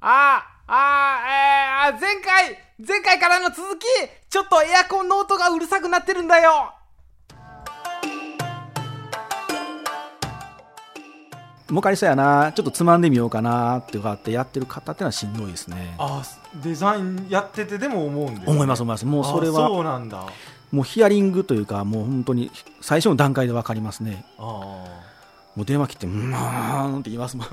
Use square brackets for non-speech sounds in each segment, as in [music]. ああえー、あ前回前回からの続きちょっとエアコンの音がうるさくなってるんだよもう一回そうやなちょっとつまんでみようかなってかってやってる方ってのはしんどいですねあデザインやっててでも思うんです思います思いますもうそれそはうなんだもうヒアリングというかもう本当に最初の段階で分かりますねあもう電話切って「うーん」って言い [laughs] ますもん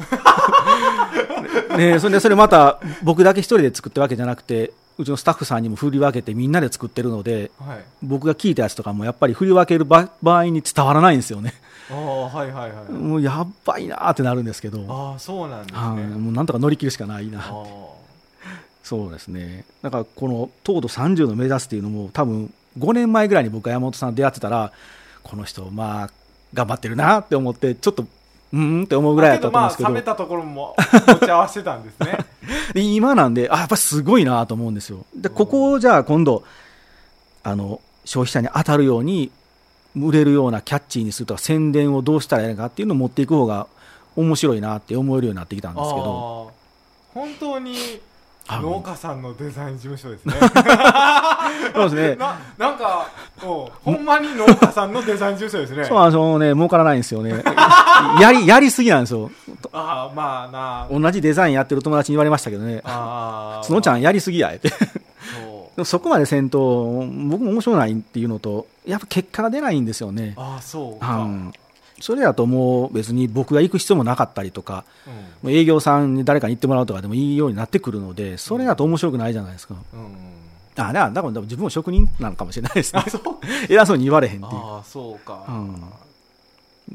ねえそれでそれまた僕だけ一人で作ってるわけじゃなくてうちのスタッフさんにも振り分けてみんなで作ってるのであはい僕が聞いたやつとかもやっぱり振り分ける場場合に伝わらないんですよねああはいはいはい、もうやっばいなーってなるんですけどああそうなんですね、はい、もうなんとか乗り切るしかないなああそうですね、なんかこの糖度30の目指すっていうのも、多分5年前ぐらいに僕は山本さんと出会ってたら、この人、まあ、頑張ってるなって思って、ちょっと、うーんって思うぐらいだったと思うんですけど、だけどまあ冷めたところも持ち合わせてたん [laughs] ですねで今なんで、あやっぱすごいなと思うんですよ。で、ここをじゃあ今度あの、消費者に当たるように、売れるようなキャッチーにするとか、宣伝をどうしたらいいのかっていうのを持っていく方が面白いなって思えるようになってきたんですけど、ああ本当にあ農家さんのデザイン事務所ですねそうですね。 [laughs] [laughs] ななんかもうほんまに農家さんのデザイン事務所ですねそうなんですよね、儲からないんですよね。やり、やりすぎなんですよ。ああまあなあ同じデザインやってる友達に言われましたけどね、ああ角ちゃんやりすぎや、って。で [laughs] そうもそこまでせんと、僕も面白ないっていうのと、やっぱ結果が出ないんですよね。ああそうか、うんそれだともう別に僕が行く必要もなかったりとか、もう営業さんに誰かに行ってもらうとかでもいいようになってくるので、それだと面白くないじゃないですか。うん、うん、あだから、だから自分も職人なのかもしれないですねあ。そう [laughs] 偉そうに言われへんっていう。ああそうか、うん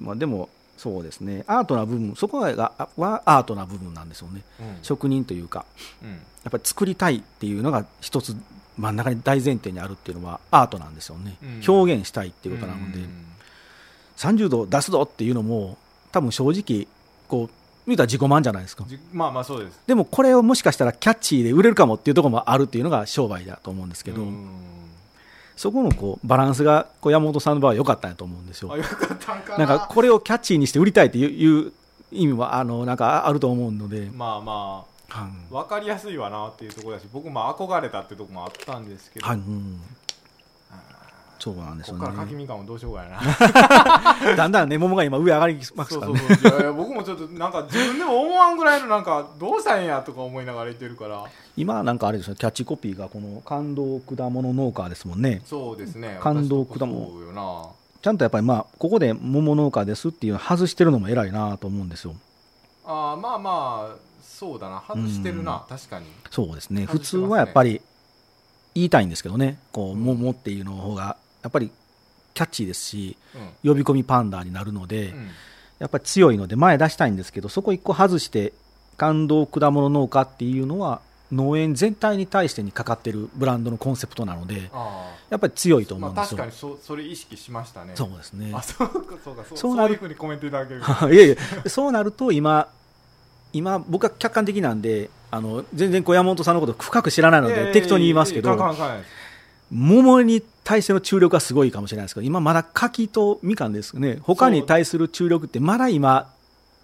まあ、でも、そうですね、アートな部分、そこがあはアートな部分なんですよね、うん職人というか、うんやっぱり作りたいっていうのが一つ、真ん中に大前提にあるっていうのは、アートなんですよね、うん表現したいっていうことなので、30度出すぞっていうのも、多分正直、こう、見たら自己満じゃないですか。じまあまあそうですでもこれをもしかしたらキャッチーで売れるかもっていうところもあるっていうのが商売だと思うんですけど、うんそこのこうバランスがこう山本さんの場合は良かったんやと思うんですよあ。よかったんかななんかこれをキャッチーにして売りたいっていういう意味はあのなんかあると思うので、まあまはいあ分かりやすいわなっていうところだし僕も憧れたってとこもあったんですけど、はいうん、そうなんですこよっねから柿みかんもどうしようかやな [laughs] だんだんね桃が今上上がりますそうからそねうそういやいや僕もちょっとなんか自分でも思わんぐらいのなんかどうしたんやとか思いながら言ってるから今なんかあれですよキャッチコピーがこの感動果物農家ですもんねそうですね感動私果とこ物そうよなちゃんとやっぱりまあここで桃農家ですっていうの外してるのも偉いなと思うんですよあーまあまあそうだな外してるな確かにそうですね外してます普ね通はやっぱり言いたいんですけどねこう桃っていうの方がやっぱりキャッチーですしう呼び込みパンダになるので、ん、うんやっぱり強いので前出したいんですけどそこ一個外して感動果物農家っていうのは農園全体に対してにかかってるブランドのコンセプトなのでああやっぱり強いと思まうあんです確よ、かにそそれ意識しましたねそうですねあそうかそうかそうそうそなうるいうふうにコメントいた [laughs] だけるいやいやそうなると今今僕は客観的なんであの全然小山本さんのこと深く知らないのいやいやいでや適当に言いますけいやいやど関係ないです桃に対しての注力はすごいかもしれないですけど今まだ柿とみかんですね他に対する注力ってまだ今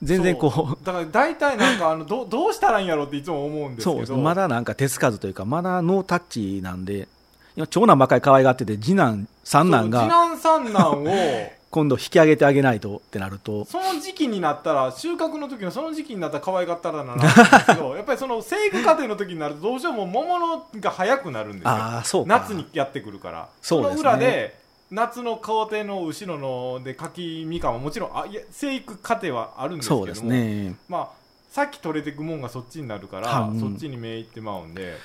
全然こうそうだから大体なんかあのどう [laughs] どうしたらいいんやろうっていつも思うんですけそうどですまだなんか手つかずというか、まだノータッチなんで、今長男ばかり可愛がってて、次男、三男そう次が男三男を [laughs] 今度引き上げてあげないとってなると、その時期になったら収穫の時のその時期になったら可愛かったらならなんですけ [laughs] どやっぱりその生育過程の時になるとどうしても桃のが早くなるんですよああ、そうか。夏にやってくるからそうですねの裏で夏の工程の後ろので柿みかんはもちろんあいや生育過程はあるんですけどもそうですね。まあさっき取れてくもんがそっちになるから、はいうんそっちに目いってまうんで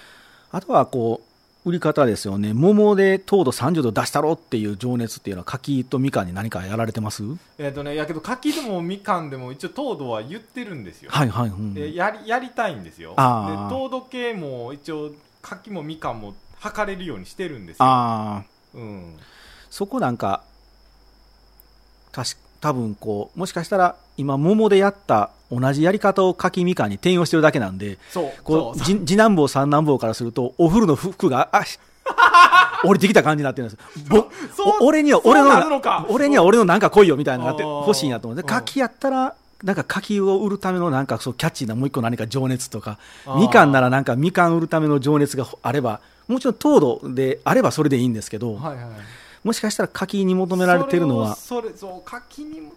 あとはこう、売り方ですよね。桃で糖度30度出したろっていう情熱っていうのは、柿とみかんに何かやられてますえっ、とねやけど柿でもみかんでも一応糖度は言ってるんですよ、はいはい。うんでやりやりたいんですよであー糖度計も一応柿もみかんも測れるようにしてるんですよ、ああ、うん、そこなんか、かし多分こう、もしかしたら今、桃でやった同じやり方を柿みかんに転用してるだけなんで、そうこうそうじ次男坊三男坊からするとお風呂の服があし降りてきた感じになってるんですぼそうお俺には俺のそうなるのか俺には俺のなんか来いよみたいななってあー欲しいなと思ってうん柿やったらなんか柿を売るためのなんかそうキャッチーなもう一個何か情熱とかあーみかんならなんかみかん売るための情熱があればもちろん糖度であればそれでいいんですけど、はいはいもしかしたら柿に求められてるのはそれをそれそう柿にも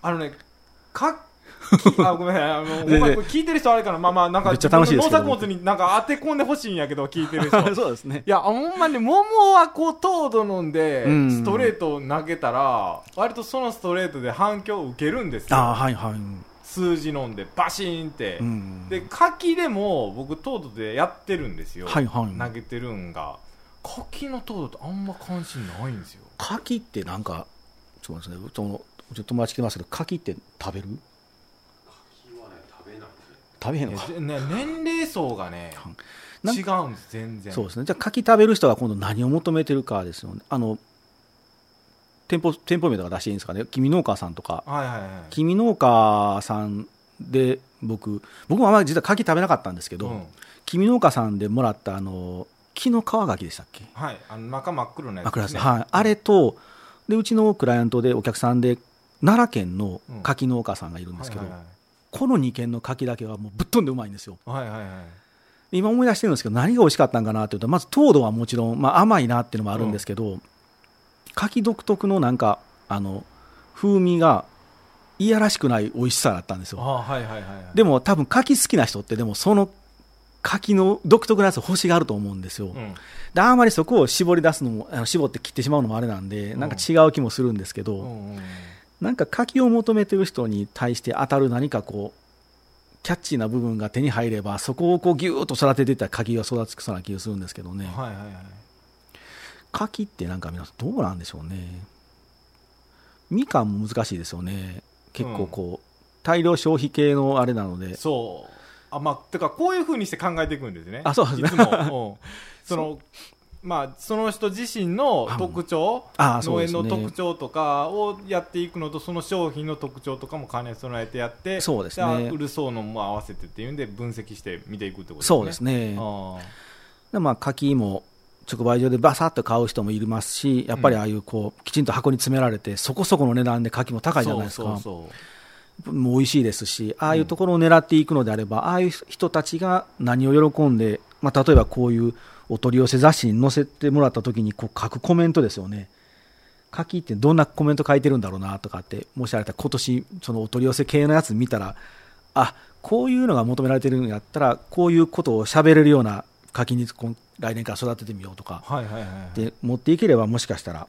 あのね [laughs] 柿あごめんあのほんまにこれ聞いてる人あれかなまあまあなんかめっちゃ楽しいですけど農作物になんか当て込んでほしいんやけど聞いてる人 [laughs] そうですねいやほんまに桃はこう糖度飲んでうんストレートを投げたら割とそのストレートで反響を受けるんですああよはいはいうん数字飲んでバシーンって、うんで柿でも僕糖度でやってるんですよ、はいはい投げてるんが柿の糖度ってあんま関心ないんですよ柿ってなんかそうですねそのうちの友達来てますけど柿って食べる食べへんのかえでね、年齢層がねなん違うんです全然そうですねじゃあ柿食べる人が今度何を求めてるかですよねあの店舗店舗名とか出していいんですかね君農家さんとかはいはいはい君農家さんで僕僕もあんまり実は柿食べなかったんですけど、うん君農家さんでもらったあの木の皮柿でしたっけはいあの中真っ黒なやつ枕ですね、ねはい、あれとでうちのクライアントでお客さんで奈良県の柿農家さんがいるんですけど、はいはいこの2軒の柿だけはもうぶっ飛んでうまいんですよはいはいはいはい今思い出してるんですけど何が美味しかったんかなっていうとまず糖度はもちろん、まあ、甘いなっていうのもあるんですけど、柿独特のなんかあの風味がいやらしくない美味しさだったんですあよあはいはいはいはいでも多分柿好きな人ってでもその柿の独特なやつ欲しがあると思うんですよ、うんであんまりそこを絞り出すのもあの絞って切ってしまうのもあれなんでうんなんか違う気もするんですけど、うんうんうんなんか柿を求めてる人に対して当たる何かこうキャッチーな部分が手に入ればそこをこうギューッと育てていったら柿が育つくそうな気がするんですけどね、はいはいはい柿ってなんか皆さんどうなんでしょうねみかんも難しいですよね結構こう、大量消費系のあれなのでそうあまあてかこういうふうにして考えていくんですねあそうですねいつも、うんそのまあその人自身の特徴ああそう農で園すの特ね徴とかをやっていくのとその商品の特徴とかも兼ね備えてやってそうですねじゃあ売る層のも合わせてっていうんで分析して見ていくってことですねそうですねああでまあ柿も直売所でバサッと買う人もいますしやっぱりああいうこうきちんと箱に詰められてそこそこの値段で柿も高いじゃないですかそうそうそうもう美味しいですしああいうところを狙っていくのであれば、ああいう人たちが何を喜んで、まあ、例えばこういうお取り寄せ雑誌に載せてもらった時にこう書くコメントですよね柿ってどんなコメント書いてるんだろうなとかってもしあれだったら今年そのお取り寄せ系のやつ見たらあこういうのが求められてるんやったらこういうことを喋れるような柿にこん来年から育ててみようとかはいはいはいはいで持っていければもしかしたら、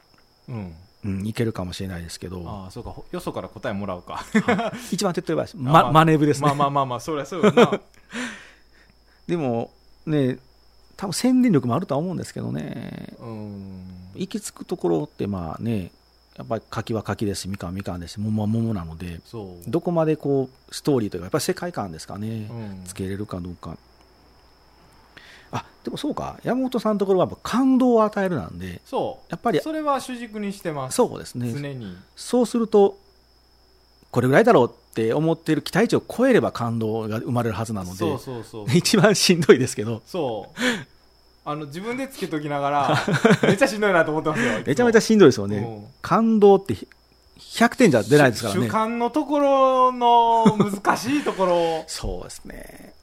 うん、うん、いけるかもしれないですけどああそうかほよそから答えもらうか一番手っ取り早いです、あまま、あマネーブですね [laughs] まあまあまあまあそりゃそうよなでもね多分宣伝力もあるとは思うんですけどねうん行き着くところってまあねやっぱり柿は柿ですしみかんはみかんですし桃は桃なのでそうどこまでこうストーリーというかやっぱり世界観ですかね、うんつけれるかどうかあでもそうか山本さんのところはやっぱ感動を与えるなんでそうやっぱりそれは主軸にしてますそうですね常にそうするとこれぐらいだろうって思っている期待値を超えれば感動が生まれるはずなのでそうそうそう [laughs] 一番しんどいですけどそうあの自分でつけときながらめっちゃしんどいなと思ってますよめちゃめちゃししんどいですよね、感動ってひ100点じゃ出ないですから主ね。観のところの難しいところそうですね。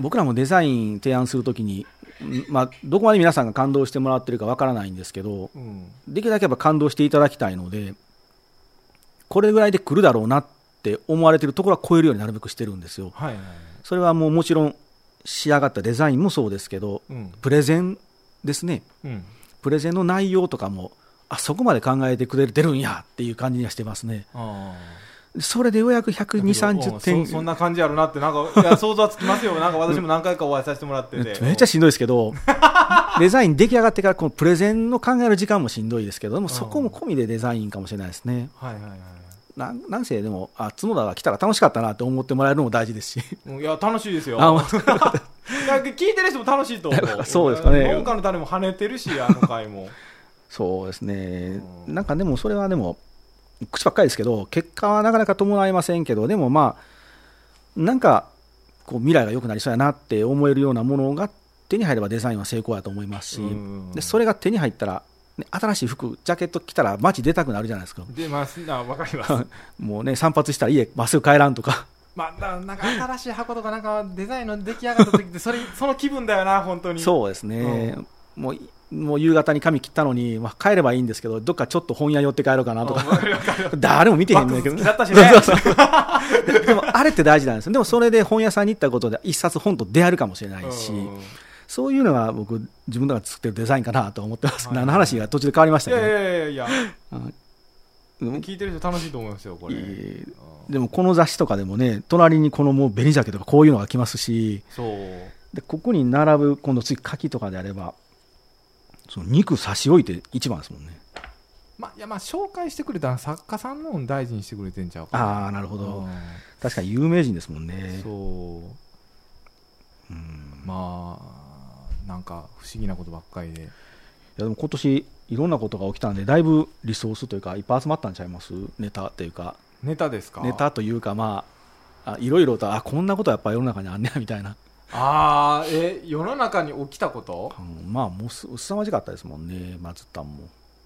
僕らもデザイン提案するときに、んまあ、どこまで皆さんが感動してもらってるかわからないんですけど、うんできるだけやっぱ感動していただきたいので、これぐらいで来るだろうなって思われてるところは超えるようになるべくしてるんですよ。はいはいそれはもうもちろん仕上がったデザインもそうですけど、うんプレゼンですね。うんプレゼンの内容とかも、あそこまで考えてくれてるんやっていう感じにはしてますね。あそれでようやくあ120、30点そそんな感じやろなってなんかいや想像はつきますよなんか私も何回かお会いさせてもらっててめっちゃしんどいですけど、 [laughs] デザイン出来上がってから、このプレゼンの考える時間もしんどいですけど、でもそこも込みでデザインかもしれないですね。はいはいはいなんなんせ、でも、あ角田が来たら楽しかったなって思ってもらえるのも大事ですし、うんいや楽しいですよあまあいや聞いてる人も楽しいと思うそうですかね文化の種も跳ねてるしあの回もそうですね、うんなんかでも、それはでも、口ばっかりですけど、結果はなかなか伴いませんけど、でもまあ、なんかこう未来が良くなりそうやなって思えるようなものが手に入ればデザインは成功やと思いますし。うんでそれが手に入ったら、ね新しい服、ジャケット着たら街出たくなるじゃないですか。でまああわかりますもうね、散髪したら家まっすぐ帰らんとか。まあななんか新しい箱とかなんかデザインの出来上がった時ってそれその気分だよな本当にそうですね。もうい、もう夕方に髪切ったのに、まあ、帰ればいいんですけど、どっかちょっと本屋寄 [laughs] って帰ろうかなとうんか。わかるわかる誰も見てへんねんけどバッ [laughs] クス好きだったしねででもあれって大事なんですよでもそれで本屋さんに行ったことで一冊本と出会えるかもしれないし、うんそういうのが僕自分らが作ってるデザインかなと思ってます、はい何の話が途中で変わりましいたけど、やいやいやいやうん聞いてる人楽しいと思いますよこれ、いいうんでもこの雑誌とかでもね隣にこのもう紅鮭とかこういうのが来ますしそうでここに並ぶ今度次牡蠣とかであればその肉差し置いて一番ですもんねまあいやまあ紹介してくれた作家さんのを大事にしてくれてんちゃうかなああなるほど、うん確かに有名人ですもんねそううんまあなんか不思議なことばっかりでいやでも今年いろんなことが起きたんでだいぶリソースというかいっぱい集まったんちゃいますネタというかネタですかネタというかまああいろいろとあこんなことやっぱ世の中にあんねやみたいな、ああえ世の中に起きたことうんまあもうすすさまじかったですもんね松田も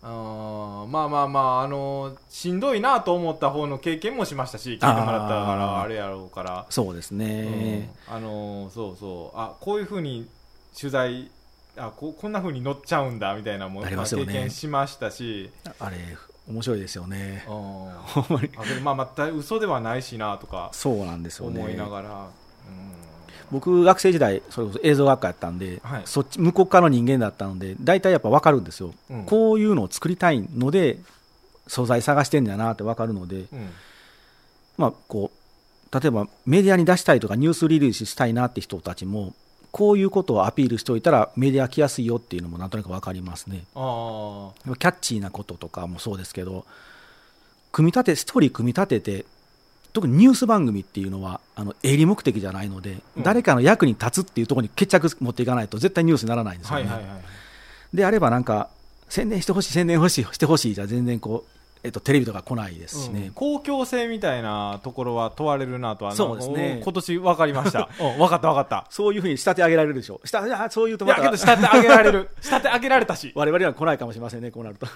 あーまあまあまああのしんどいなと思った方の経験もしましたし聞いてもらったかあらーあれやろうから、そうですね、うんあのそうそうあこういうふうに取材あここんなふうに乗っちゃうんだみたいなもんありますよね経験しましたし、あれ面白いですよねうんあほんまにでもまあ全く嘘ではないしなとかそうなんですよ思いねながら、僕学生時代それこそ映像学科やったんで、はいそっち向こう側の人間だったので大体やっぱ分かるんですよ、うんうんこういうのを作りたいので素材探してんだなって分かるので、うんまあ、こう例えばメディアに出したいとかニュースリリースしたいなって人たちもこういうことをアピールしておいたらメディア来やすいよっていうのもなんとなく分かりますねあキャッチーなこととかもそうですけど組み立てストーリー組み立てて特にニュース番組っていうのはあの営利目的じゃないので、うん誰かの役に立つっていうところに決着持っていかないと絶対ニュースにならないんですあよはね、いはいはいであればなんか宣伝してほしい宣伝欲しいしてほしいじゃ全然こう、えっと、テレビとか来ないですしね、うん公共性みたいなところは問われるなとはそうですねなんか今年分かり [laughs] ました、うん、分かった分かったそういうふうに仕立て上げられるでしょう。下あそういうといまやけたど仕立て上げられ [laughs] る仕立て上げられたし我々には来ないかもしれませんね、こうなる [laughs] と。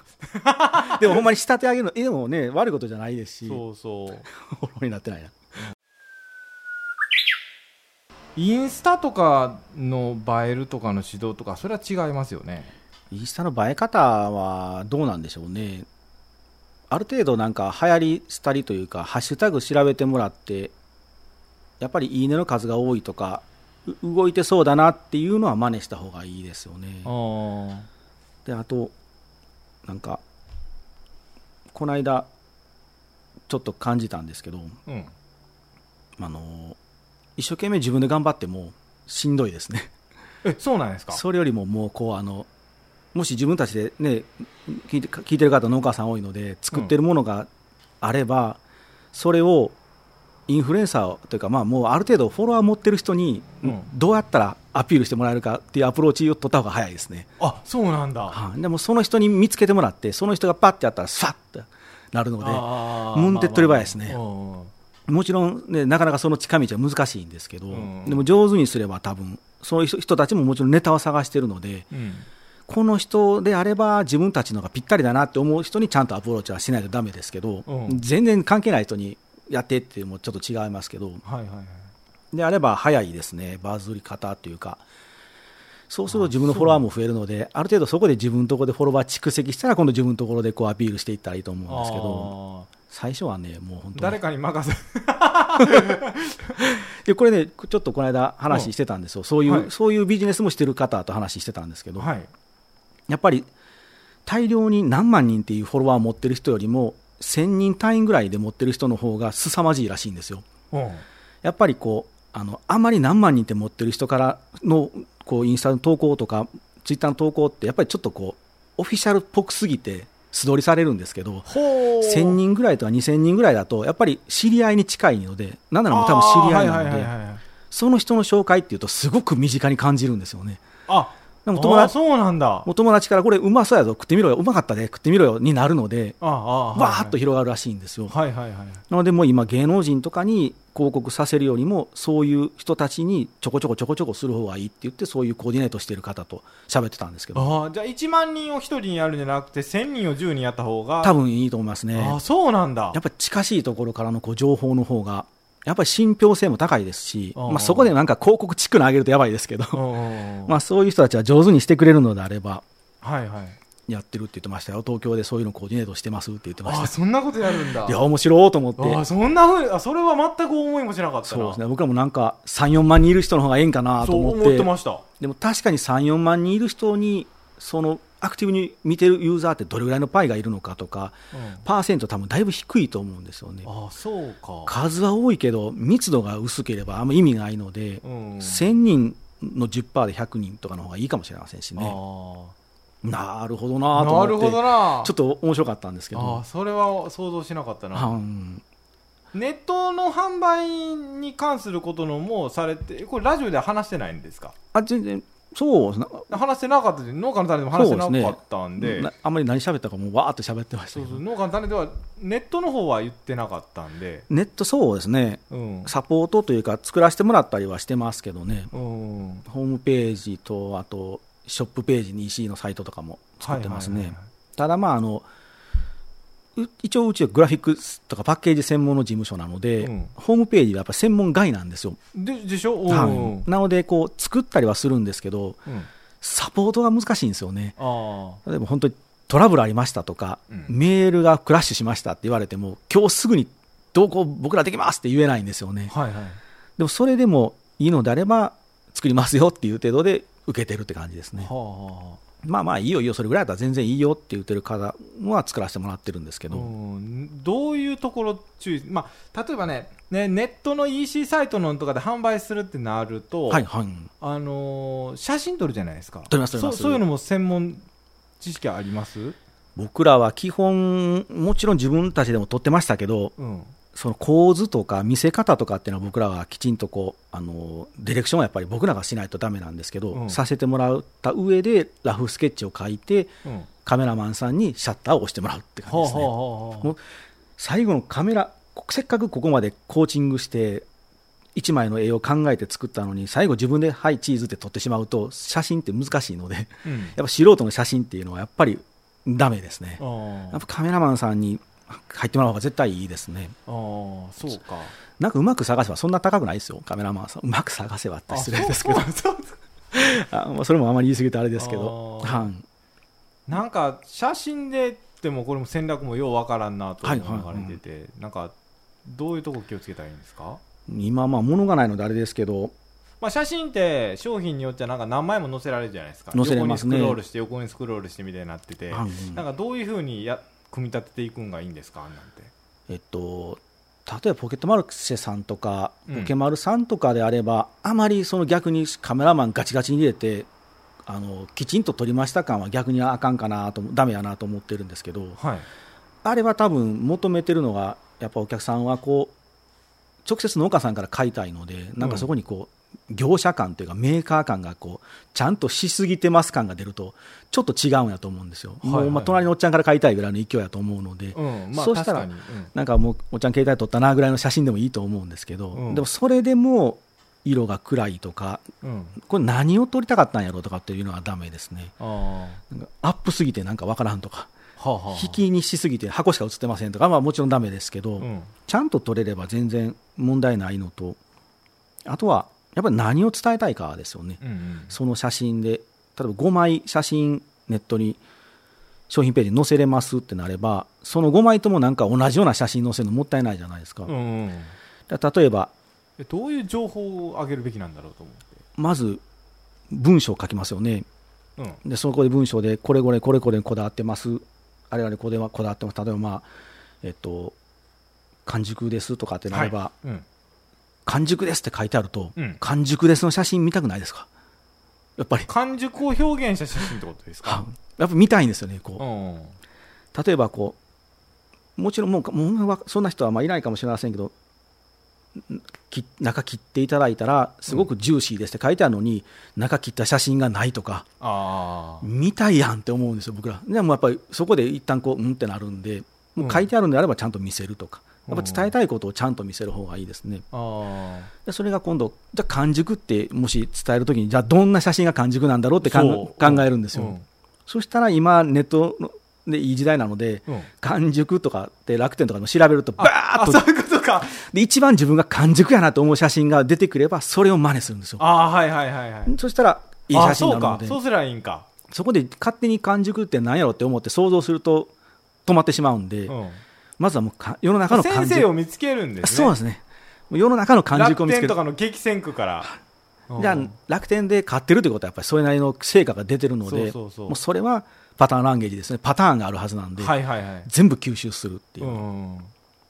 でもほんまに仕立て上げるの、でもね、悪いことじゃないですし、フそうそうォローになってないな。インスタとかの映えるとかの指導とかそれは違いますよねインスタの映え方はどうなんでしょうね。ある程度なんか流行りしたりというか、ハッシュタグ調べてもらって、やっぱりいいねの数が多いとか、う動いてそうだなっていうのは真似した方がいいですよね。あーであとなんかこの間ちょっと感じたんですけどうんあの一生懸命自分で頑張ってもしんどいですねえそうなんですかそれよりももうこうあのもし自分たちでね聞いて聞いてる方農家さん多いので作ってるものがあれば、それをインフルエンサーというかまあもうある程度フォロワー持ってる人にうんどうやったらアピールしてもらえるかっていうアプローチを取った方が早いですねあそうなんだあはい、でもその人に見つけてもらって、その人がパッてやったら、さっとなるので、ーもんてっとり早いですねまあまあまあうんもちろん、ね、なかなかその近道は難しいんですけど、うんでも上手にすれば、多分そういう人人たちももちろんネタを探してるので、うんこの人であれば、自分たちのがぴったりだなって思う人にちゃんとアプローチはしないとだめですけど、うん全然関係ない人にやってっていうのもちょっと違いますけど、はいはいはいであれば早いですね、バズり方というか。そうすると自分のフォロワーも増えるので、ある程度そこで自分のところでフォロワー蓄積したら、今度自分のところでこうアピールしていったらいいと思うんですけど、あー最初はね、もう本当誰に。かに任せで、これね、ちょっとこの間話してたんですよ。そういう、はいそういうビジネスもしてる方と話してたんですけど、はいやっぱり大量に何万人っていうフォロワーを持ってる人よりも、1000人単位ぐらいで持ってる人の方が凄まじいらしいんですよ。うんやっぱりこう、あのあんまり何万人って持ってる人からのこうインスタの投稿とか、ツイッターの投稿って、やっぱりちょっとこう、オフィシャルっぽくすぎて、素通りされるんですけど、ほ1000人ぐらいとか2000人ぐらいだと、やっぱり知り合いに近いので、なんならもう多分知り合いなのあーはいはいはいで、はいはいその人の紹介っていうと、すごく身近に感じるんですよね。あでも友ああ達そうなんだお友達からこれうまそうやぞ食ってみろようまかったね食ってみろよになるのでああああわーっと広がるらしいんですよ、はいはいはいなのでもう今芸能人とかに広告させるよりもそういう人たちにちょこちょこちょこちょこする方がいいって言ってそういうコーディネートしてる方と喋ってたんですけどああじゃあ1万人を1人にやるんじゃなくて1000人を10人やった方が多分いいと思いますねああそうなんだやっぱ近しいところからのこう情報の方がやっぱり信憑性も高いですし、あーまあ、そこでなんか広告チックの上げるとやばいですけど、うんうんうんまあ、そういう人たちは上手にしてくれるのであればはいはいやってるって言ってましたよ東京でそういうのコーディネートしてますって言ってましあたあそんなことやるんだいや、面白いと思って。ああそんなふうにあそれは全く思いもしなかったそなうですね。僕らもなんか、3、4万人いる人の方がええんかなとそう思っ思て。ってましたでも確かに3、4万人いる人に、その、アクティブに見てるユーザーってどれぐらいのパイがいるのかとか、うんパーセント多分だいぶ低いと思うんですよね。ああそうか数は多いけど、密度が薄ければあんま意味がないので、うんうん1000人の10%で100人とかの方がいいかもしれませんしね。あなるほどあなと思なって。るほどなちょっと面白かったんですけど。ああそれは想像しなかったなうんネットの販売に関することのもされてこれラジオでは話してないんですかあ、全然、そうですね。話してなかったです農家の種でも話してなかったんでなあんまり何喋ったかもうわーっと喋ってましたそうけそどう農家の種ではネットの方は言ってなかったんでネットそうですねうん、サポートというか作らせてもらったりはしてますけどねうん、ホームページとあとショップページに EC のサイトとかも作ってますね、はいはいはいただまああのう一応うちはグラフィックスとかパッケージ専門の事務所なので、うんホームページはやっぱ専門外なんですよ、ででしょ、うんうんはいなのでこう作ったりはするんですけどサポートが難しいんですよねあ例えば本当にトラブルありましたとか、うんメールがクラッシュしましたって言われても、今日すぐに同行僕らできますって言えないんですよね。あはいはいでもそれでもいいのであれば、作りますよっていう程度で受けてるって感じですね。はまあまあ、いいよいいよ、それぐらいだったら全然いいよって言ってる方は作らせてもらってるんですけあ、うど、ん、どういうところ注意、まあ、例えばねねネットの EC サイトのとかで販売するってなると、はいはい。あのー写真撮るじゃないですか撮ります撮りますそうそういうのも専門知識あります、僕らは基本、もちろん自分たちでも撮ってましたけど、うん、その構図とか見せ方とかっていうのは僕らはきちんとこうあのディレクションはやっぱり僕らがしないとダメなんですけど、うんさせてもらった上でラフスケッチを書いてうんカメラマンさんにシャッターを押してもらうって感じほうですね、ほうほうほうもう最後のカメラこせっかくここまでコーチングして1枚の絵を考えて作ったのに最後自分で「はいチーズ」って撮ってしまうと写真って難しいので [laughs] うんやっぱ素人の写真っていうのはやっぱりダメですねあーやっぱカメラマンさんに入ってもらう方が絶対いいですねあーそうかなんかうまく探せばそんな高くないですよ、カメラマンさん。うまく探せばって失礼ですけどあ、そうそうそうあ [laughs] まあそれもあまり言い過ぎてあれですけど、あーはいなんか写真ででもこれも戦略もようわからんなと思いながら出て、なんかどういうとこ気をつけたらいいんですか今、まあ物がないのであれですけど、まあ、写真って商品によってはなんか何枚も載せられるじゃないですか載せれますね横にスクロールして横にスクロールしてみたいになってて、はいなんかどういうふうにや組み立てていくんがいいんですかあんなんてえっと、例えばポケットマルシェさんとか、うんポケマルさんとかであれば、あまりその逆にカメラマンガチガチに入れて、あのきちんと撮りました感は逆にあかんかなと、ダメやなと思ってるんですけど、はいあれは多分求めてるのが、やっぱお客さんはこう、直接農家さんから買いたいので、なんかそこにこう、業者感というかメーカー感がこう、ちゃんとしすぎてます感が出ると、ちょっと違うんやと思うんですよ。はいはいもうまあ隣のおっちゃんから買いたいぐらいの勢いやと思うので、うんまあそうしたら確かに、なんかもうおっちゃん携帯取ったなぐらいの写真でもいいと思うんですけど、うんでもそれでも色が暗いとか、うんうん、これ何を撮りたかったんやろうとかっていうのはダメですね。ああはなんかアップすぎてなんかわからんとか、あ、はあ、引きにしすぎて箱しか写ってませんとか、まあもちろんダメですけど、うんちゃんと取れれば全然問題ないのと、あとはやっぱり何を伝えたいかですよね、うんうん、その写真で、例えば5枚写真、ネットに商品ページに載せれますってなれば、その5枚ともなんか同じような写真載せるのもったいないじゃないですか。うんうんだから例えば、えどういう情報を上げるべきなんだろうと思ってまず文章を書きますよね、うんでそこで文章で、これこれこれこれにこだわってます、あれあれこれはこだわってます、例えば、まあえっと、完熟ですとかってなれば、はいうん完熟ですって書いてあると、うん完熟ですの写真見たくないですかやっぱり、完熟を表現した写真ってことですはか、やっぱ見たいんですよね、こうう。ん、例えばこう、もちろんもうか、もうほんまはそんな人はまあいないかもしれませんけど、き中切っていただいたら、すごくジューシーですって書いてあるのに、中切った写真がないとか、あー見たいやんって思うんですよ、僕ら。でもやっぱりそこで一旦こう、うんってなるんで、もう書いてあるんであればちゃんと見せるとか、やっぱ伝えたいことをちゃんと見せる方がいいですね。あーでそれが今度、じゃあ完熟って、もし伝えるときに、じゃあどんな写真が完熟なんだろうってかんそ考うえるんですよ。うんそしたら今、ネットのでいい時代なので、うん完熟とかって楽天とかでも調べると、バーあっそとういうことかで、一番自分が完熟やなと思う写真が出てくれば、それを真似するんですよ。ああはいはいはいはいそしたら、いいあ写真そにうなるのかでそうそ、すりゃいいんかこで勝手に完熟って何やろって思って想像すると止まってしまうんで、うんまずはもうか世の中の完先熟。生を見つけるんですねそうですね。もう世の中の完熟を楽見つけ天ると。かの激戦区からじゃあうん楽天で買ってるということは、やっぱりそれなりの成果が出てるので、そうそうそうもうそれはパターンランゲージですね、パターンがあるはずなんで、はいはいはい全部吸収するっていうう、ん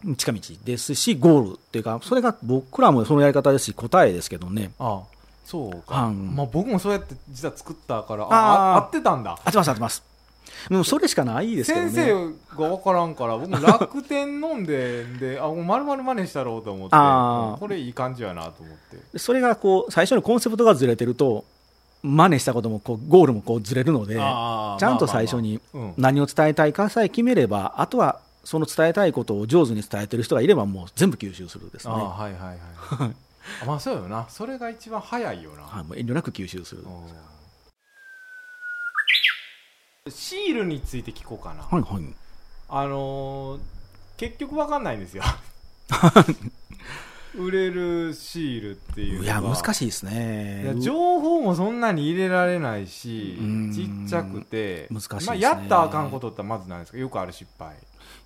うん近道ですし、ゴールっていうか、それが僕らもそのやり方ですし、答えですけどね、あそうか、うんまあ、僕もそうやって実は作ったからああーあ合ってたんだ当てます、当てます、でもそれしかないですけど先ね、生が分からんから僕も楽天飲んでであもう丸々真似したろうと思ってあーうんこれいい感じやなと思ってそれがこう最初のコンセプトがずれてると、真似したこともこう、ゴールもこうずれるので、ちゃあーんとまあまあまあ最初にうん何を伝えたいかさえ決めれば、あとはその伝えたいことを上手に伝えてる人がいれば、もう全部吸収するですね。あーはいはいはいあまあそうよなそれが一番早いよな、はい、もう遠慮なく吸収する。はうんシールについて聞こうかな、いはい。あのー結局分かんない [laughs] んですよ売れるシールっていうのいがや、難しいですいねや。情報もそんなに入れられないしうんちっちゃくて難しいですねまあ、やったらあかんことってまずなんですかよくある失敗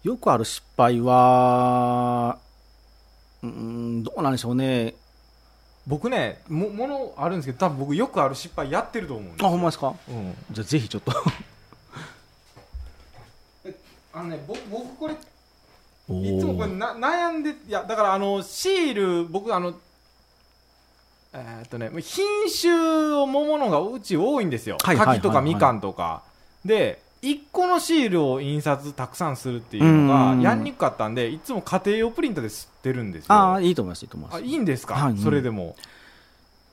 よくある失敗は、うーん、どうなんでしょうね。僕ねもものあるんですけど多分僕よくある失敗やってると思うんですあ、よほんまですかうんじゃあぜひちょっとあのね僕僕これおいつもこれー。な悩んでいやだからあのシール僕あのえーっとね品種を桃のがうち多いんですよ、はいはいはいはい柿とかみかんとかで1個のシールを印刷たくさんするっていうのうがんやんにくかったんでいつも家庭用プリンターで吸ってるんですよああ、いいと思います、いいと思いまあすい。いんですか、はいうんそれでも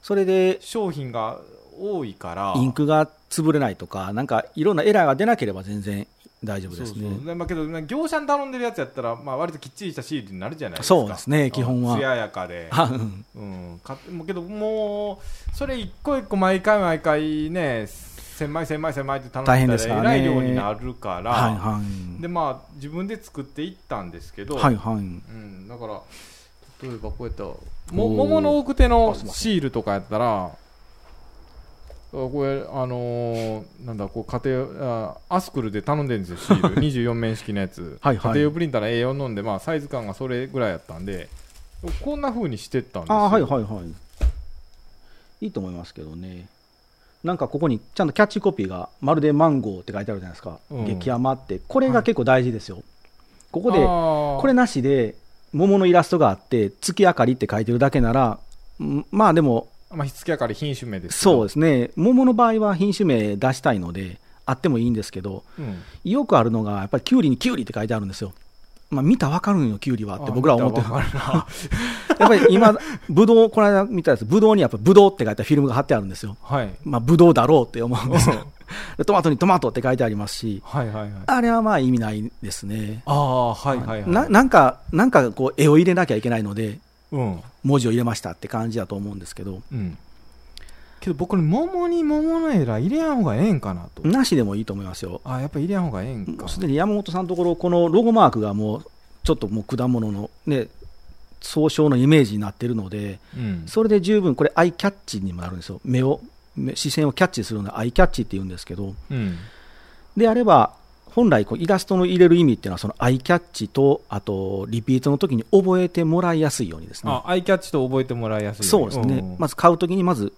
それで、商品が多いからインクが潰れないとか、なんかいろんなエラーが出なければ全然大丈夫そでうすそうね。でまあ、けどまあ業者に頼んでるやつやったら、まあ、割ときっちりしたシールになるじゃないですかそうですね基本はあ艶やかであうんうん、買ってもうけどもうそれ一個一個毎回毎回ね千枚千枚千枚って頼ん大変でですかたららえねらい量になるからはいはい。でまあ自分で作っていったんですけど、はいはい。うん、だから例えばこうやったもおー桃の奥手のあすいませシールとかやったらあこれあのーなんだこう家庭あアスクルで頼んでるんですよシール24面式のやつはいはい家庭用プリンターの A4 のんで、まあ、サイズ感がそれぐらいやったんでこんな風にしてったんですよあーはいはいはい。いいと思いますけどね。なんかここにちゃんとキャッチコピーが、まるでマンゴーって書いてあるじゃないですか、うん激甘って、これが結構大事ですよ。ここで、ここれなしで、桃のイラストがあって、月明かりって書いてるだけなら、うんまあでも、まあ、火付けやかり品種名ですそうでですね、桃の場合は品種名出したいので、あってもいいんですけど、す、うんよくあるのが、やっぱりキュウリにキュウリって書いてあるんですよ。まあ、見たらわかるんよ、キュウリはって僕らは思ってるあ。見たらわかるやっぱり今、ぶどう、この間見たやつ、ぶどうにやっぱぶどうって書いたフィルムが貼ってあるんですよ。な [laughs] はいまあ、ぶどうだろうって思うんですようん。でトマトにトマトって書いてありますし、はいはいはいああれはまあ意味ないですね。あーはいはいはいななんか、なんかこう、絵を入れなきゃいけないので、うん文字を入れましたって感じだと思うんですけど、うんけど僕ね桃に桃のエラ入れやんほうがええんかなとなしでもいいと思いますよ。あやっぱ入れやんほうがええんもかうすでに山本さんのところ、このロゴマークがもう、ちょっともう果物のね、総称のイメージになってるので、うんそれで十分、これ、アイキャッチにもなるんですよ。目を、目視線をキャッチするので、アイキャッチって言うんですけど、うんであれば、本来こうイラストの入れる意味っていうのは、そのアイキャッチと、あとリピートの時に覚えてもらいやすいようにですねあ、アイキャッチと覚えてもらいやすいそうですね、まずず買う時に、まず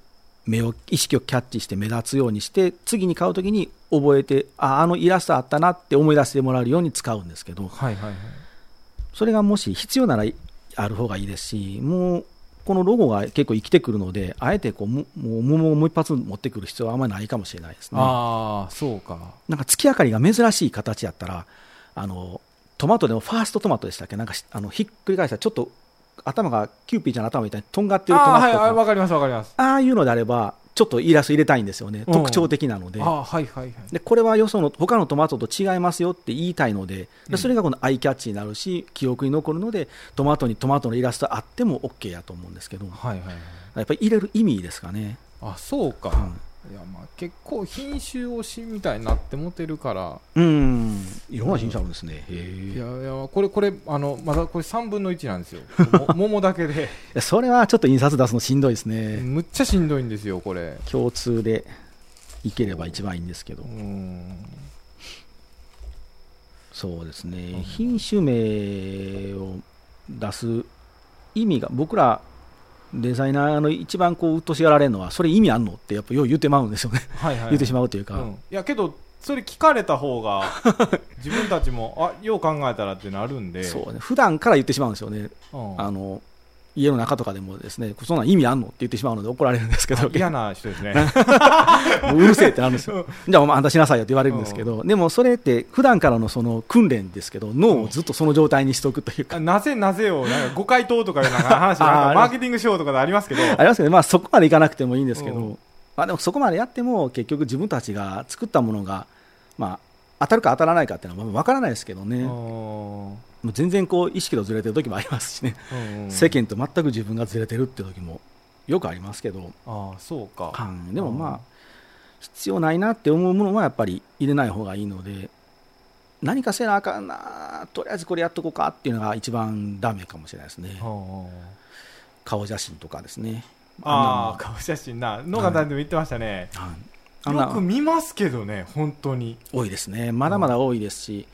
目を、意識をキャッチして目立つようにして、次に買う時に覚えて、あ、あのイラストあったなって思い出してもらえるように使うんですけど、はいはいはいそれがもし必要ならある方がいいですし、もうこのロゴが結構生きてくるので、あえてこうももう桃をもう一発持ってくる必要はあんまりないかもしれないですね。ああそうかなんか月明かりが珍しい形やったら、あのトマトでもファーストトマトでしたっけ、なんかしあのひっくり返したらちょっと頭がキューピーちゃんの頭みたいにとんがってあるトマあトはいとあかわかりますわかりますああいうのであれば、ちょっとイラスト入れたいんですよね、うん特徴的なのであ、あはいはいはいでこれはよその他のトマトと違いますよって言いたいので、うんでそれがこのアイキャッチになるし、記憶に残るので、トマトにトマトのイラストあっても OK やと思うんですけど、はいはいはいやっぱり入れる意味ですかね、あそうか、いやまあ結構品種推しみたいになってモてるからうん、いろんな品種あるんですね、いへやいやこれこれあのまだこれ3分の1なんですよも [laughs] 桃だけでえそれはちょっと印刷出すのしんどいですね、むっちゃしんどいんですよこれ共通でいければ一番いいんですけどう、んそうですね、品種名を出す意味が、僕らデザイナーの一番こう鬱陶しがられるのは、それ意味あんのって、やっぱよう言ってまうんですよね、はいはい言ってしまうというか、うん、いやけどそれ聞かれた方 [laughs] が自分たちもあよう考えたらってなるんでそうね、普段から言ってしまうんですよね、うんあの家の中とかでもですね、そんなん意味あんのって言ってしまうので怒られるんですけど、 [laughs] 嫌な人 [laughs] ですね [laughs] もううるせえってなるんで [laughs] すよ、じゃあ、お前、あんたしなさいよって言われるんですけど、でもそれって、普段からのその訓練ですけど、脳をずっとその状態にしておくというか、なぜなぜをなんかご回答とかいうなんか話あ [laughs] ーなありんかマますーケティングしようとかでありますけどありますけど、まあ、そこまでいかなくてもいいんですけど、うんまあ、でもそこまでやっても、結局、自分たちが作ったものが、まあ、当たるか当たらないかっていうのは分からないですけどね、もうんう全然こう意識とずれてる時もありますしね、うんうん世間と全く自分がずれてるって時もよくありますけど、ああそうかうんでもうんまあ、必要ないなって思うものはやっぱり入れない方がいいので、何かせなあかんな、とりあえずこれやっとこうかっていうのが一番ダメかもしれないですね、うんうん顔写真とかですね。ああ顔写真な野方でも言ってましたね、あんなもんはいあんなよく見ますけどね本当に多いですね、まだまだ多いですし、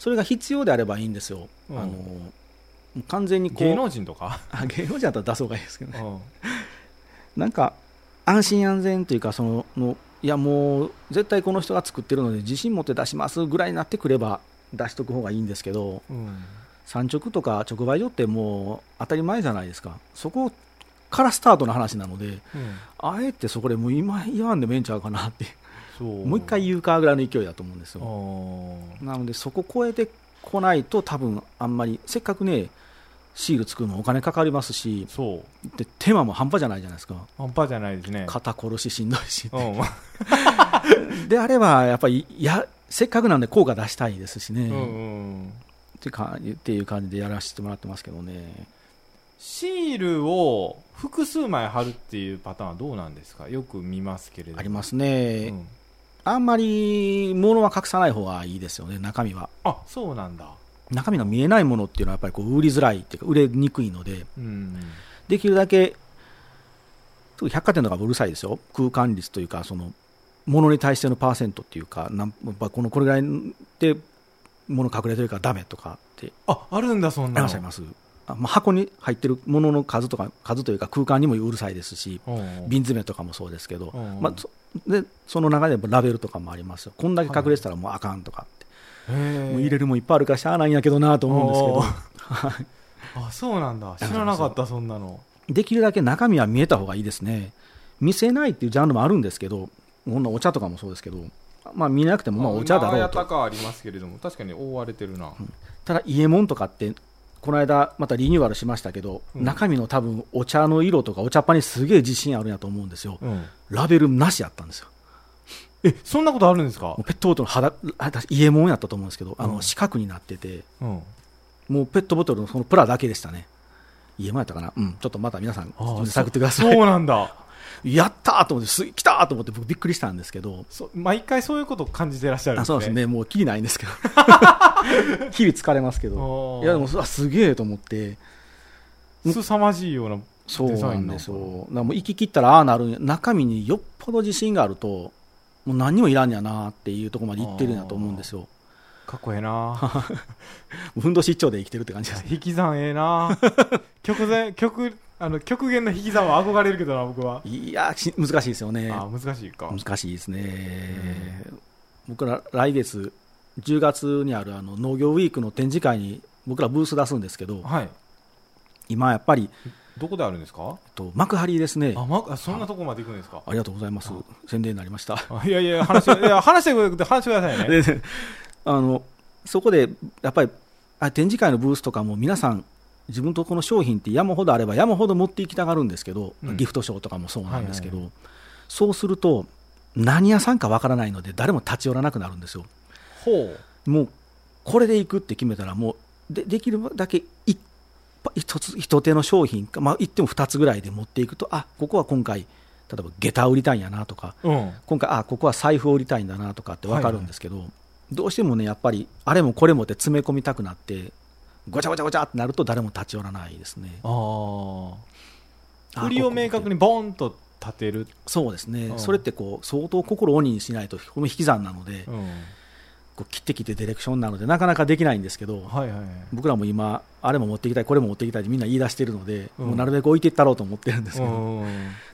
それが必要であればいいんですよ、うんあの完全にこう芸能人とか、あ [laughs] 芸能人だったら出そうがいいですけどうね、ん [laughs] なんか安心安全というかそのの、いやもう絶対この人が作ってるので、自信持って出しますぐらいになってくれば、出しとく方がいいんですけど、うん産直とか直売所ってもう当たり前じゃないですか、そこからスタートの話なので、うんあえてそこでもう今言わんでもええんちゃうかなって、そうもう一回言うかぐらいの勢いだと思うんですよ。あなので、そこ超えてこないと、多分あんまり、せっかくね、シール作るのお金かかりますしあ、そうで手間も半端じゃないじゃないですか、半端じゃないですね肩殺ししんどいし、うんであれば、やっぱりや、せっかくなんで効果出したいですしね、うんっうんていうかっていう感じでやらせてもらってますけどね、シールを複数枚貼るっていうパターンはどうなんですかよく見ますけれどありまますね、あんまり物は隠さない方がいいですよね、中身は。あそうなんだ中身が見えないものっていうのは、やっぱりこう売りづらいっていうか、売れにくいので。うんできるだけ、特に百貨店とかもうるさいですよ、空間率というか、その、ものに対してのパーセントっていうか、なんやっぱこのこれぐらいで、物隠れてるからダメとかってああるんだそんありまなのす、あります。あまあ、箱に入ってるものの数とか、数というか空間にもうるさいですし、うん瓶詰めとかもそうですけど、うんまあ、そでその中でもラベルとかもありますよ、こんだけ隠れてたらもうあかんとかって、へえもう入れるもんいっぱいあるからしゃあないんやけどなと思うんですけどお、あそうなんだ知らなかったそんなのできるだけ中身は見えた方がいいですね。見せないっていうジャンルもあるんですけど、こんなお茶とかもそうですけど、まあ見えなくてもまあお茶だろうたと。かありますけれども確かに覆われてるな、ただ、家門とかって、この間またリニューアルしましたけど、うん中身の多分お茶の色とかお茶っ葉にすげえ自信あるんやと思うんですよ。うんラベルなしやったんですよ。えそんなことあるんですかもうペットボトルの肌、あ私家門やったと思うんですけど、あうんの四角になってて、うんもうペットボトルのそのプラだけでしたね。家門やったかなうん。ちょっとまた皆さん、ああ探ってください。そうな [laughs] んだやったーと思って、す来たーと思って僕びっくりしたんですけど、そ毎回そういうことを感じてらっしゃるんあですそねうですね、もうきりないんです [laughs] けど、日々疲れますけどお、ーいや、でも、あすげえと思って、凄まじいようなそうデザなイんンでのすよ、だからもう行き切ったらああなるんや、中身によっぽど自信があると、もう何にもいらんやなっていうところまで行ってるんやと思うんですよ、かっこえ [laughs] えなもうふんどし一丁で生きてるって感じです。引き算え [laughs] えな極限極あの極限の引き算は憧れるけどな僕は、いやーし難しいですよね、あ難しいか難しいですね、僕ら来月、10月にあるあの農業ウィークの展示会に、僕らブース出すんですけど、はい今やっぱり、どこであるんですかえっと幕張ですね。あ,、まあ、そんなとこまで行くんですかありがとうございます。宣伝になりました。あいやいや話いや話してください話してくださいで [laughs] ねであのそこでやっぱりあ展示会のブースとかも皆さん自分とこの商品って山ほどあれば山ほど持っていきたがるんですけど、うんギフトショーとかもそうなんですけど、はそうすると何屋さんかわからないので誰も立ち寄らなくなるんですよほうもうこれで行くって決めたらもうでできるだけ一一つ一手の商品か、まあ、言っても2つぐらいで持っていくとあここは今回例えば下駄売りたいんやなとかうん今回あここは財布を売りたいんだなとかって分かるんですけど、どうしてもねやっぱりあれもこれもって詰め込みたくなってごちゃごちゃごちゃってなると誰も立ち寄らないですねあああ振りを明ここ確にボンと立てる、そうですね、うんそれってこう相当心を鬼にしないとこの引き算なので、こう切ってきてディレクションなのでなかなかできないんですけど、はいはいはい僕らも今あれも持っていきたいこれも持っていきたいってみんな言い出してるので、うんもうなるべく置いていったろうと思ってるんですけど、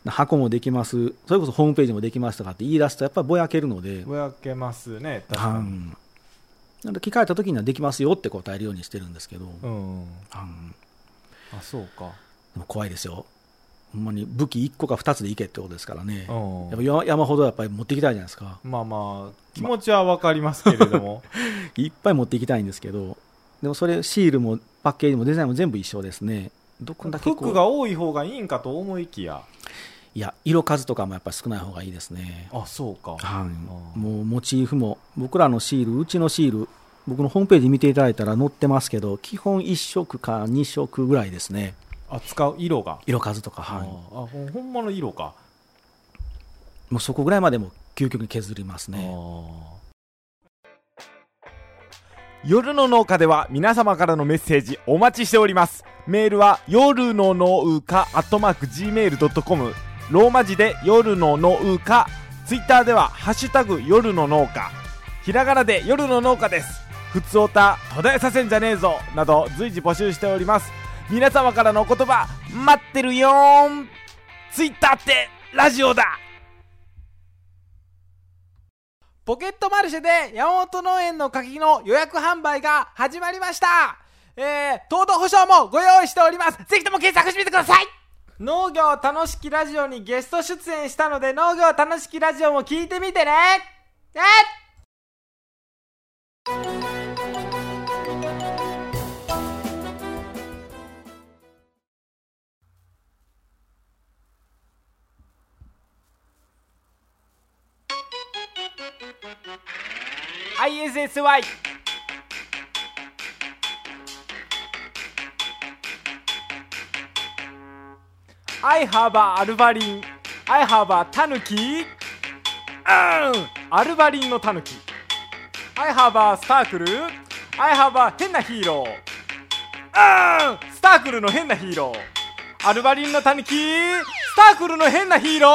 箱もできますそれこそホームページもできますとかって言い出すとやっぱりぼやけるのでぼやけますね確うかに、んなので聞かれた時にはできますよって答えるようにしてるんですけど、ううんん、あそうか、でも怖いですよほんまに武器1個か2つでいけってことですからね、うんやっぱ山山ほどやっぱり持っていきたいじゃないですかまあまあ気持ちはわかりますけれども、いっぱい持っていきたいんですけどでもそれシールもパッケージもデザインも全部一緒ですねどこんだけフこうックが多い方がいいんかと思いきやいや色数とかもやっぱり少ない方がいいですねあそうかはい、ーもうモチーフも僕らのシールうちのシール僕のホームページ見ていただいたら載ってますけど基本1色か2色ぐらいですねあ使う色が、色数とかはいあほんほんまの色か、もうそこぐらいまでも究極に削りますねあー夜の農家では皆様からのメッセージお待ちしておりますメールは夜の農家アットマーク Gmail.com ローマ字で夜の農家ツイッターでは「ハッシュタグ夜の農家」ひらがなで夜の農家ですふつおた途絶えさせんじゃねえぞなど随時募集しております皆様からのお言葉待ってるよーんツイッターってラジオだポケットマルシェで山本農園の柿の予約販売が始まりましたえー、糖度保証もご用意しておりますぜひとも検索してみてください農業楽しきラジオにゲスト出演したので農業楽しきラジオも聞いてみてねえっ「ISSY」「I have a アルバリン」「I have a タヌキ」うんアルバリンのタヌキ I have a スタークル I have a 変なヒーローあースタークルの変なヒーローアルバリンのタヌキスタークルの変なヒーロー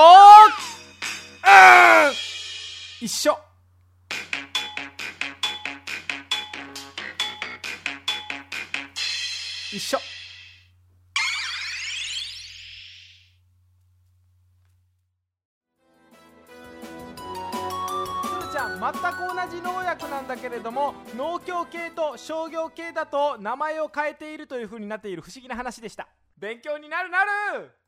あー一緒一緒鶴ちゃん全く同じ農薬なんだけれども農協系と商業系だと名前を変えているというふうになっている不思議な話でした勉強になるなる